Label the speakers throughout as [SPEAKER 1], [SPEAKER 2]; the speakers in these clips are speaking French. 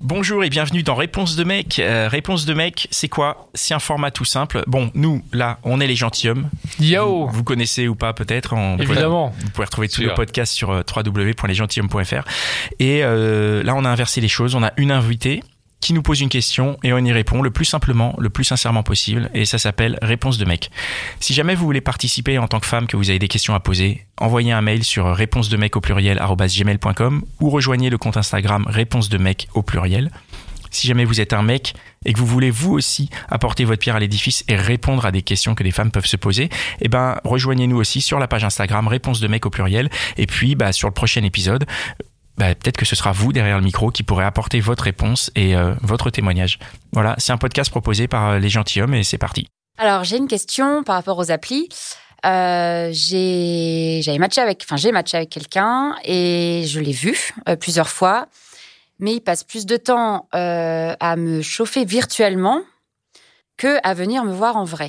[SPEAKER 1] Bonjour et bienvenue dans Réponse de mec. Euh, Réponse de mec, c'est quoi C'est un format tout simple. Bon, nous, là, on est les gentilshommes.
[SPEAKER 2] Yo
[SPEAKER 1] Vous connaissez ou pas peut-être. on-
[SPEAKER 2] Évidemment.
[SPEAKER 1] Vous pouvez retrouver tous
[SPEAKER 3] Sûr.
[SPEAKER 1] les podcasts sur euh, www.lesgentilhommes.fr. Et euh, là, on a inversé les choses. On a une invitée qui nous pose une question et on y répond le plus simplement, le plus sincèrement possible. Et ça s'appelle Réponse de mec. Si jamais vous voulez participer en tant que femme, que vous avez des questions à poser, envoyez un mail sur réponse de mec au pluriel arobase gmail.com ou rejoignez le compte Instagram réponse de mec au pluriel. Si jamais vous êtes un mec et que vous voulez vous aussi apporter votre pierre à l'édifice et répondre à des questions que des femmes peuvent se poser, eh ben rejoignez-nous aussi sur la page Instagram Réponse de mec au pluriel et puis bah, sur le prochain épisode, bah, peut-être que ce sera vous derrière le micro qui pourrez apporter votre réponse et euh, votre témoignage. Voilà, c'est un podcast proposé par euh, les gentilshommes et c'est parti.
[SPEAKER 4] Alors, j'ai une question par rapport aux applis. Euh, j'ai- J'avais matché avec, enfin, j'ai matché avec quelqu'un et je l'ai vu euh, plusieurs fois, mais il passe plus de temps euh, à me chauffer virtuellement que à venir me voir en vrai.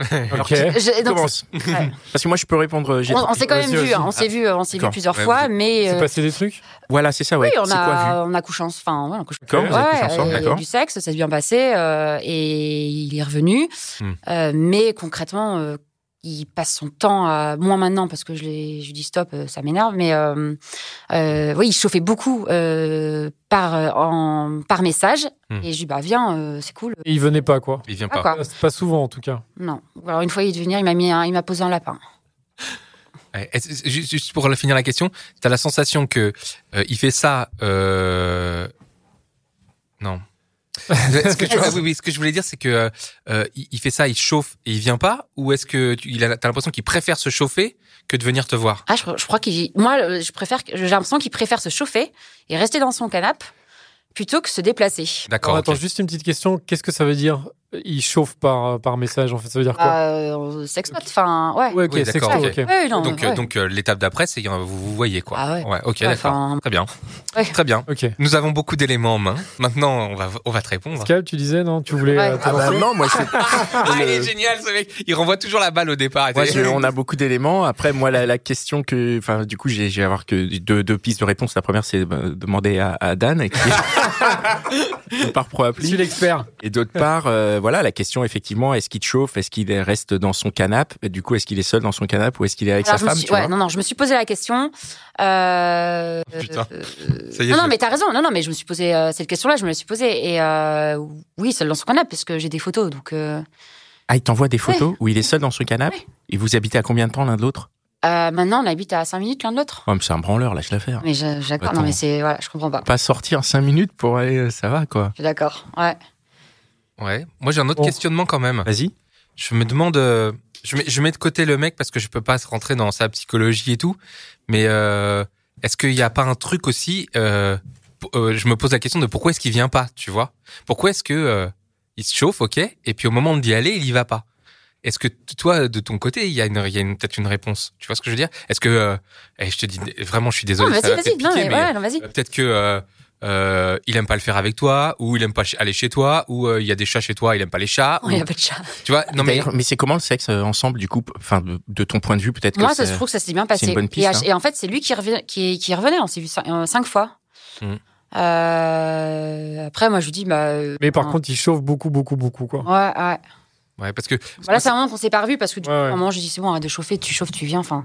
[SPEAKER 2] Ok.
[SPEAKER 4] Je- donc,
[SPEAKER 2] Commence.
[SPEAKER 4] ouais.
[SPEAKER 5] Parce que moi, je peux répondre. euh, j'ai-
[SPEAKER 4] on on s'est quand même
[SPEAKER 2] Vas-y,
[SPEAKER 4] vu,
[SPEAKER 2] vas-y.
[SPEAKER 4] hein, on s'est vu, on s'est
[SPEAKER 1] Ah,
[SPEAKER 4] vu
[SPEAKER 5] D'accord.
[SPEAKER 4] plusieurs
[SPEAKER 3] Ouais,
[SPEAKER 4] fois, mais
[SPEAKER 2] C'est
[SPEAKER 4] euh,
[SPEAKER 2] passé des trucs
[SPEAKER 5] Voilà, c'est ça,
[SPEAKER 4] oui,
[SPEAKER 5] ouais.
[SPEAKER 4] on
[SPEAKER 5] c'est quoi vu
[SPEAKER 4] a, on a couché ensemble. Enfin, ouais, on a couché
[SPEAKER 5] D'accord, vous avez couché
[SPEAKER 4] Ouais,
[SPEAKER 5] ensemble,
[SPEAKER 4] et
[SPEAKER 5] d'accord.
[SPEAKER 4] du sexe, ça s'est bien passé euh, et il est revenu.
[SPEAKER 3] Hmm.
[SPEAKER 4] Euh, mais concrètement, euh, il passe son temps à. Moins maintenant, parce que je, l'ai- je lui dis stop, euh, ça m'énerve. Mais euh, euh, oui, il chauffait beaucoup euh, par, euh, en, par message.
[SPEAKER 3] Hmm.
[SPEAKER 4] Et je lui dis bah, viens, euh, c'est cool.
[SPEAKER 2] Et il venait pas, quoi.
[SPEAKER 3] Il vient
[SPEAKER 4] Ah,
[SPEAKER 3] pas.
[SPEAKER 4] quoi.
[SPEAKER 2] Pas- Pas souvent, en tout cas.
[SPEAKER 4] Non. Ou Alors une fois, il est venu, il m'a mis un- il m'a posé un lapin.
[SPEAKER 3] Ouais. Eh, Est-ce- est-ce- Juste juste pour finir la question, t'as la sensation que euh, il fait ça. Euh... Non. ce que tu- ah oui, oui, ce que je voulais dire, c'est que euh, euh, il il fait ça, il chauffe et il vient pas, ou est-ce que tu, il a, t'as l'impression qu'il préfère se chauffer que de venir te voir
[SPEAKER 4] Ah, je, je crois qu'il. Moi, euh, je préfère. J'ai l'impression qu'il préfère se chauffer et rester dans son canapé plutôt que se déplacer.
[SPEAKER 3] D'accord.
[SPEAKER 2] Alors,
[SPEAKER 3] ok.
[SPEAKER 2] Oh, Attends, juste une petite question. Qu'est-ce que ça veut dire euh, Il chauffe par, par message, en fait. Ça veut dire quoi
[SPEAKER 4] Euh, on s'exploite, enfin, ouais.
[SPEAKER 2] Ouais, ok,
[SPEAKER 3] Oui,
[SPEAKER 2] c'est
[SPEAKER 3] d'accord,
[SPEAKER 2] cool,
[SPEAKER 3] ok.
[SPEAKER 2] ok.
[SPEAKER 4] Ouais, non,
[SPEAKER 3] Donc, euh,
[SPEAKER 4] ouais.
[SPEAKER 3] donc euh, l'étape d'après, c'est euh, vous vous voyez quoi.
[SPEAKER 4] Ah ouais.
[SPEAKER 3] ok,
[SPEAKER 4] Ouais,
[SPEAKER 3] d'accord.
[SPEAKER 4] enfin,
[SPEAKER 3] Très bien.
[SPEAKER 4] Ouais.
[SPEAKER 3] Très bien.
[SPEAKER 2] Ok.
[SPEAKER 3] Nous avons beaucoup d'éléments en main. Maintenant, on va, on va te répondre.
[SPEAKER 2] Pascal, tu disais, non Tu voulais.
[SPEAKER 4] Ouais.
[SPEAKER 2] euh,
[SPEAKER 5] Ah bah
[SPEAKER 2] t'avancer
[SPEAKER 5] non, moi, je,
[SPEAKER 3] Ah, il est
[SPEAKER 5] Euh,
[SPEAKER 3] génial ce mec. Il renvoie toujours la balle au départ.
[SPEAKER 5] moi, je- on a beaucoup d'éléments. Après, moi, la, la question que, enfin, du coup, j'ai j'ai à avoir que deux, deux pistes de réponse. La première, c'est bah, demander à, à Dan, qui est- par pro
[SPEAKER 2] Je suis
[SPEAKER 5] appli.
[SPEAKER 2] l'expert.
[SPEAKER 5] Et d'autre part, euh, voilà, la question, effectivement, est-ce qu'il te chauffe, est-ce qu'il reste dans son canapé, du coup, est-ce qu'il est seul dans son canapé ou est-ce qu'il est avec
[SPEAKER 4] alors, je
[SPEAKER 5] sa
[SPEAKER 4] me
[SPEAKER 5] femme,
[SPEAKER 4] suis-
[SPEAKER 5] tu
[SPEAKER 4] ouais,
[SPEAKER 5] vois
[SPEAKER 4] non, non, je me suis posé la question. Euh,
[SPEAKER 3] Putain.
[SPEAKER 4] euh,
[SPEAKER 3] Ça y est,
[SPEAKER 4] non, non,
[SPEAKER 3] je-
[SPEAKER 4] mais t'as raison. Non, non, mais je me suis posé euh, cette question-là. Je me la suis posée. Et euh, oui, seul dans son canapé, parce que j'ai des photos. Donc, euh,
[SPEAKER 5] Ah, il t'envoie des photos où il est seul dans son canapé
[SPEAKER 4] Ouais.
[SPEAKER 5] et vous habitez à combien de temps l'un de l'autre
[SPEAKER 4] euh, maintenant, on habite à 5 minutes l'un de l'autre.
[SPEAKER 5] Oh, mais c'est un branleur, lâche l'affaire.
[SPEAKER 4] Mais je- j'accorde. Non,
[SPEAKER 5] Attends.
[SPEAKER 4] mais c'est voilà, je comprends pas.
[SPEAKER 5] Pas sortir cinq minutes pour aller, euh, ça va, quoi.
[SPEAKER 4] Je suis d'accord. Ouais.
[SPEAKER 3] Ouais. Moi, j'ai un autre
[SPEAKER 2] Bon.
[SPEAKER 3] questionnement quand même.
[SPEAKER 5] Vas-y.
[SPEAKER 3] Je me demande. euh, Je mets, je mets de côté le mec parce que je peux pas se rentrer dans sa psychologie et tout. Mais euh, est-ce qu'il n'y a pas un truc aussi euh, p- euh, Je me pose la question de pourquoi est-ce qu'il vient pas, tu vois Pourquoi est-ce que euh, il se chauffe, ok, et puis au moment d'y aller, il y va pas Est-ce que t- toi, de ton côté, il y a, une- il y a une- peut-être une réponse Tu vois ce que je veux dire Est-ce que euh, eh, je te dis vraiment, je suis
[SPEAKER 4] Non,
[SPEAKER 3] désolé.
[SPEAKER 4] vas-y,
[SPEAKER 3] ça va
[SPEAKER 4] vas-y.
[SPEAKER 3] peut-être
[SPEAKER 4] Non,
[SPEAKER 3] piquer,
[SPEAKER 4] mais
[SPEAKER 3] mais,
[SPEAKER 4] voilà, non, vas-y.
[SPEAKER 3] euh, Peut-être que euh, euh, il aime pas le faire avec toi, ou il aime pas ch- aller chez toi, ou euh, il y a des chats chez toi, il aime pas les chats.
[SPEAKER 4] Oh,
[SPEAKER 3] ou-
[SPEAKER 4] Il y a pas de chat.
[SPEAKER 3] Tu vois Non mais
[SPEAKER 5] D'ailleurs, mais c'est comment le sexe euh, ensemble du coup Enfin, de, de ton point de vue, peut-être. que
[SPEAKER 4] Moi, ça
[SPEAKER 5] c'est-
[SPEAKER 4] se trouve que ça s'est bien
[SPEAKER 5] c'est
[SPEAKER 4] passé.
[SPEAKER 5] une bonne
[SPEAKER 4] et,
[SPEAKER 5] piste,
[SPEAKER 4] à-
[SPEAKER 5] hein.
[SPEAKER 4] et en fait, c'est lui qui revenait, qui, qui revenait. On s'est vu cin- euh, cinq fois.
[SPEAKER 5] Mm.
[SPEAKER 3] Hmm.
[SPEAKER 4] Euh, après, moi, je lui dis, bah. euh,
[SPEAKER 2] Mais par
[SPEAKER 4] hein.
[SPEAKER 2] contre, il chauffe beaucoup, beaucoup, beaucoup, quoi.
[SPEAKER 4] Ouais, ouais.
[SPEAKER 3] ouais parce que
[SPEAKER 4] Voilà, c'est un moment qu'on s'est pas revu parce que du
[SPEAKER 2] Ouais,
[SPEAKER 4] coup, à
[SPEAKER 2] ouais.
[SPEAKER 4] un moment, j'ai dit, c'est bon, arrête de chauffer, tu chauffes, tu viens. Enfin,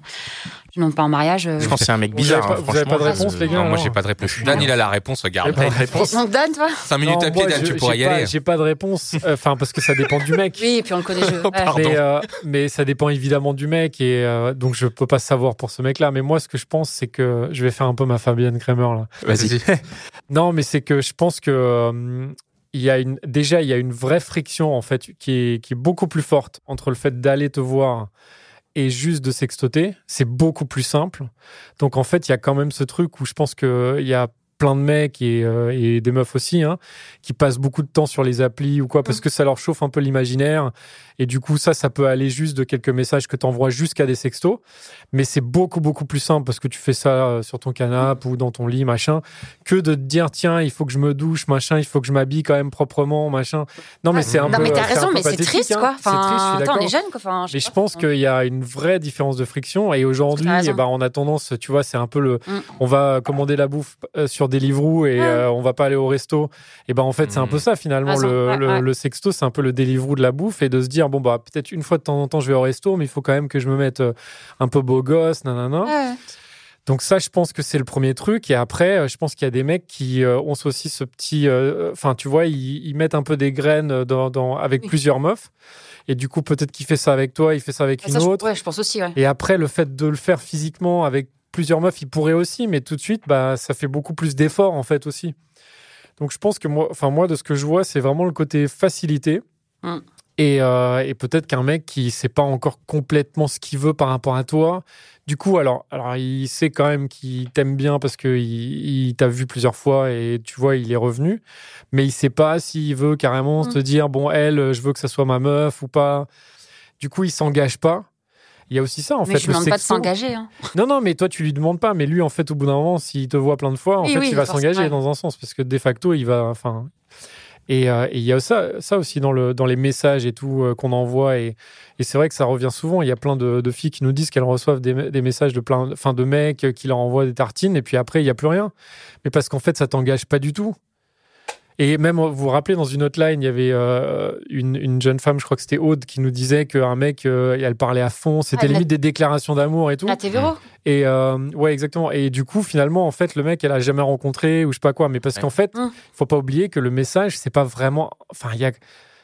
[SPEAKER 4] tu demandes pas en mariage. euh.
[SPEAKER 5] Je pense que c'est un mec
[SPEAKER 2] Vous avez
[SPEAKER 5] bizarre.
[SPEAKER 2] pas-
[SPEAKER 5] hein,
[SPEAKER 2] vous avez
[SPEAKER 5] franchement,
[SPEAKER 2] pas de
[SPEAKER 5] je-
[SPEAKER 2] réponse, les gars
[SPEAKER 3] non, moi
[SPEAKER 2] non.
[SPEAKER 3] j'ai pas de réponse. Dan il a la réponse, regarde.
[SPEAKER 2] Il a pas de réponse.
[SPEAKER 4] Donc, Dan, toi
[SPEAKER 3] 5 minutes
[SPEAKER 2] Non,
[SPEAKER 3] à pied,
[SPEAKER 2] moi,
[SPEAKER 3] Dan,
[SPEAKER 2] je-
[SPEAKER 3] tu pourras
[SPEAKER 2] j'ai
[SPEAKER 3] y
[SPEAKER 2] pas-
[SPEAKER 3] aller.
[SPEAKER 2] J'ai pas de réponse. Enfin, parce que ça dépend du mec.
[SPEAKER 4] Oui, et puis on le connaît. Je... ouais.
[SPEAKER 2] Mais, euh, mais ça dépend évidemment du mec et euh, donc je peux pas savoir pour ce mec-là. Mais moi, ce que je pense, c'est que je vais faire un peu ma Fabienne Kramer là.
[SPEAKER 5] Vas-y.
[SPEAKER 2] Non, mais c'est que je pense que euh, il y a une déjà il y a une vraie friction en fait qui est, qui est beaucoup plus forte entre le fait d'aller te voir et juste de sextoter, c'est beaucoup plus simple. Donc en fait, il y a quand même ce truc où je pense qu'il y a plein de mecs et, euh, et des meufs aussi hein, qui passent beaucoup de temps sur les applis ou
[SPEAKER 4] Mm.
[SPEAKER 2] quoi parce que ça leur chauffe un peu l'imaginaire et du coup ça ça peut aller juste de quelques messages que t'envoies jusqu'à des sextos mais c'est beaucoup beaucoup plus simple parce que tu fais ça euh, sur ton canapé ou dans ton lit machin que de te dire tiens il faut que je me douche machin il faut que je m'habille quand même proprement machin non mais c'est un
[SPEAKER 4] Non,
[SPEAKER 2] peu
[SPEAKER 4] mais t'as
[SPEAKER 2] c'est un
[SPEAKER 4] raison,
[SPEAKER 2] peu
[SPEAKER 4] mais c'est
[SPEAKER 2] pathétique,
[SPEAKER 4] triste,
[SPEAKER 2] hein.
[SPEAKER 4] quoi.
[SPEAKER 2] C'est triste, je suis
[SPEAKER 4] Enfin, attends, on
[SPEAKER 2] d'accord.
[SPEAKER 4] est jeune, quoi. Enfin, je
[SPEAKER 2] Mais
[SPEAKER 4] sais
[SPEAKER 2] je
[SPEAKER 4] pas.
[SPEAKER 2] pense qu'il y a une vraie différence de friction. Et aujourd'hui,
[SPEAKER 4] T'as raison.
[SPEAKER 2] eh ben, on a tendance, tu vois, c'est un peu le.
[SPEAKER 4] Mm.
[SPEAKER 2] On va commander la bouffe euh, sur Deliveroo et
[SPEAKER 4] Ouais.
[SPEAKER 2] euh, on va pas aller au resto. Et ben en fait, c'est un peu ça finalement.
[SPEAKER 4] Raison.
[SPEAKER 2] Le,
[SPEAKER 4] Ouais,
[SPEAKER 2] le-
[SPEAKER 4] ouais.
[SPEAKER 2] le sexto, c'est un peu le Deliveroo de la bouffe et de se dire, bon, bah, peut-être une fois de temps en temps, je vais au resto, mais il faut quand même que je me mette euh, un peu beau gosse, nanana.
[SPEAKER 4] Ouais.
[SPEAKER 2] Donc ça, je pense que c'est le premier truc. Et après, euh, je pense qu'il y a des mecs qui euh, ont aussi ce petit... euh, Enfin, tu vois, ils, ils mettent un peu des graines euh, dans, dans- avec
[SPEAKER 4] Oui.
[SPEAKER 2] plusieurs meufs. Et du coup, peut-être qu'il fait ça avec toi, il fait ça avec
[SPEAKER 4] Ah,
[SPEAKER 2] une
[SPEAKER 4] ça, je-
[SPEAKER 2] autre.
[SPEAKER 4] ouais, je pense aussi, ouais.
[SPEAKER 2] Et après, le fait de le faire physiquement avec plusieurs meufs, il pourrait aussi, mais tout de suite, bah, ça fait beaucoup plus d'efforts, en fait, aussi. Donc, je pense que moi, enfin, moi, de ce que je vois, c'est vraiment le côté facilité.
[SPEAKER 4] Mm.
[SPEAKER 2] Et, euh, et peut-être qu'un mec qui sait pas encore complètement ce qu'il veut par rapport à toi, du coup, alors, alors il sait quand même qu'il t'aime bien parce que il, il t'a vu plusieurs fois et tu vois, il est revenu, mais il sait pas s'il veut carrément
[SPEAKER 4] Mm.
[SPEAKER 2] te dire, bon, elle, je veux que ça soit ma meuf ou pas. Du coup, il s'engage pas. Il y a aussi ça, en
[SPEAKER 4] mais
[SPEAKER 2] fait.
[SPEAKER 4] je
[SPEAKER 2] le
[SPEAKER 4] lui demande pas de
[SPEAKER 2] sexto.
[SPEAKER 4] s'engager. hein.
[SPEAKER 2] Non, non, mais toi, tu lui demandes pas. Mais lui, en fait, au bout d'un moment, s'il te voit plein de fois, en
[SPEAKER 4] Oui,
[SPEAKER 2] fait,
[SPEAKER 4] oui,
[SPEAKER 2] il va
[SPEAKER 4] forcément,
[SPEAKER 2] s'engager
[SPEAKER 4] ouais.
[SPEAKER 2] dans un sens. Parce que de facto, il va. Enfin. Et euh, et il y a ça, ça aussi dans, le, dans les messages et tout euh, qu'on envoie. Et, et c'est vrai que ça revient souvent. Il y a plein de, de filles qui nous disent qu'elles reçoivent des, me- des messages de plein enfin, de mecs euh, qui leur envoient des tartines. Et puis après, il n'y a plus rien. Mais parce qu'en fait, ça t'engage pas du tout. Et même, vous vous rappelez, dans une hotline, il y avait euh, une, une jeune femme, je crois que c'était Aude, qui nous disait qu'un mec, euh, elle parlait à fond, c'était
[SPEAKER 4] Ah, la-
[SPEAKER 2] limite des déclarations d'amour et tout.
[SPEAKER 4] La Tévéro.
[SPEAKER 2] Et euh, ouais, exactement. Et du coup, finalement, en fait, le mec, elle a jamais rencontré ou je sais pas quoi. Mais parce qu'en fait,
[SPEAKER 4] Mm.
[SPEAKER 2] faut pas oublier que le message, c'est pas vraiment. Enfin, il y a.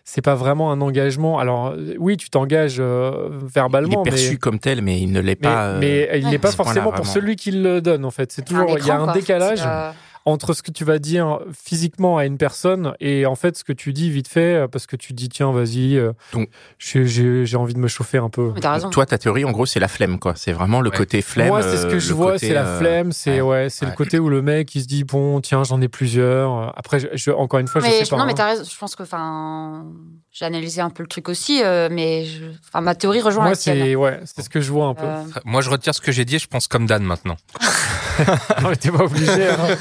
[SPEAKER 2] C'est pas vraiment un engagement. Alors euh, oui, tu t'engages euh, verbalement,
[SPEAKER 5] Il est
[SPEAKER 2] mais
[SPEAKER 5] perçu comme tel, mais il ne l'est
[SPEAKER 2] mais,
[SPEAKER 5] pas. euh,
[SPEAKER 2] mais il
[SPEAKER 4] ouais.
[SPEAKER 2] n'est pas
[SPEAKER 5] Ce point-là,
[SPEAKER 2] forcément pour
[SPEAKER 5] vraiment.
[SPEAKER 2] celui qui le donne en fait. C'est
[SPEAKER 4] Ah,
[SPEAKER 2] toujours il y a un décalage
[SPEAKER 4] Euh,
[SPEAKER 2] entre ce que tu vas dire physiquement à une personne et en fait ce que tu dis vite fait euh, parce que tu dis tiens vas-y, euh,
[SPEAKER 5] Donc-
[SPEAKER 2] j'ai- j'ai j'ai envie de me chauffer un peu.
[SPEAKER 4] Mais t'as raison.
[SPEAKER 5] Toi, ta théorie, en gros, c'est la flemme, quoi. C'est vraiment le
[SPEAKER 3] Ouais.
[SPEAKER 5] côté flemme.
[SPEAKER 2] Moi, c'est ce
[SPEAKER 5] euh,
[SPEAKER 2] que je
[SPEAKER 5] le
[SPEAKER 2] vois,
[SPEAKER 5] côté,
[SPEAKER 2] c'est la
[SPEAKER 5] euh,
[SPEAKER 2] flemme, c'est ouais, c'est
[SPEAKER 5] ouais.
[SPEAKER 2] le côté où le mec il se dit bon, tiens, j'en ai plusieurs. Après, je, je- encore une fois, je
[SPEAKER 4] Mais
[SPEAKER 2] sais pas.
[SPEAKER 4] non,
[SPEAKER 2] hein.
[SPEAKER 4] mais t'as raison. Je pense que, enfin, j'ai analysé un peu le truc aussi, euh, mais je- enfin, ma théorie rejoint
[SPEAKER 2] Moi,
[SPEAKER 4] la tienne.
[SPEAKER 2] c'est ouais, c'est ce que je vois un peu.
[SPEAKER 4] Euh,
[SPEAKER 3] Moi, je retire ce que j'ai dit. et Je pense comme Dan maintenant.
[SPEAKER 2] Non, mais t'es pas obligé. hein.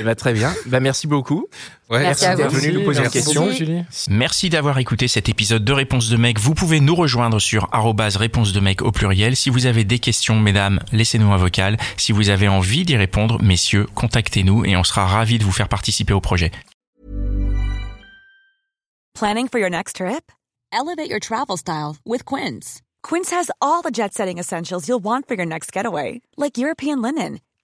[SPEAKER 5] Eh ben, très bien. Bah, merci beaucoup.
[SPEAKER 3] Ouais.
[SPEAKER 4] Merci à
[SPEAKER 5] d'être
[SPEAKER 4] vous.
[SPEAKER 5] venu nous poser une
[SPEAKER 2] Merci
[SPEAKER 5] question.
[SPEAKER 2] beaucoup, Julie.
[SPEAKER 1] Merci d'avoir écouté cet épisode de Réponse de Mec. Vous pouvez nous rejoindre sur arrobase réponse de mec au pluriel. Si vous avez des questions, mesdames, laissez-nous un vocal. Si vous avez envie d'y répondre, messieurs, contactez-nous et on sera ravis de vous faire participer au projet.
[SPEAKER 6] Planning for your next trip? Elevate your travel style with Quince. Quince has all the jet setting essentials you'll want for your next getaway, like European linen,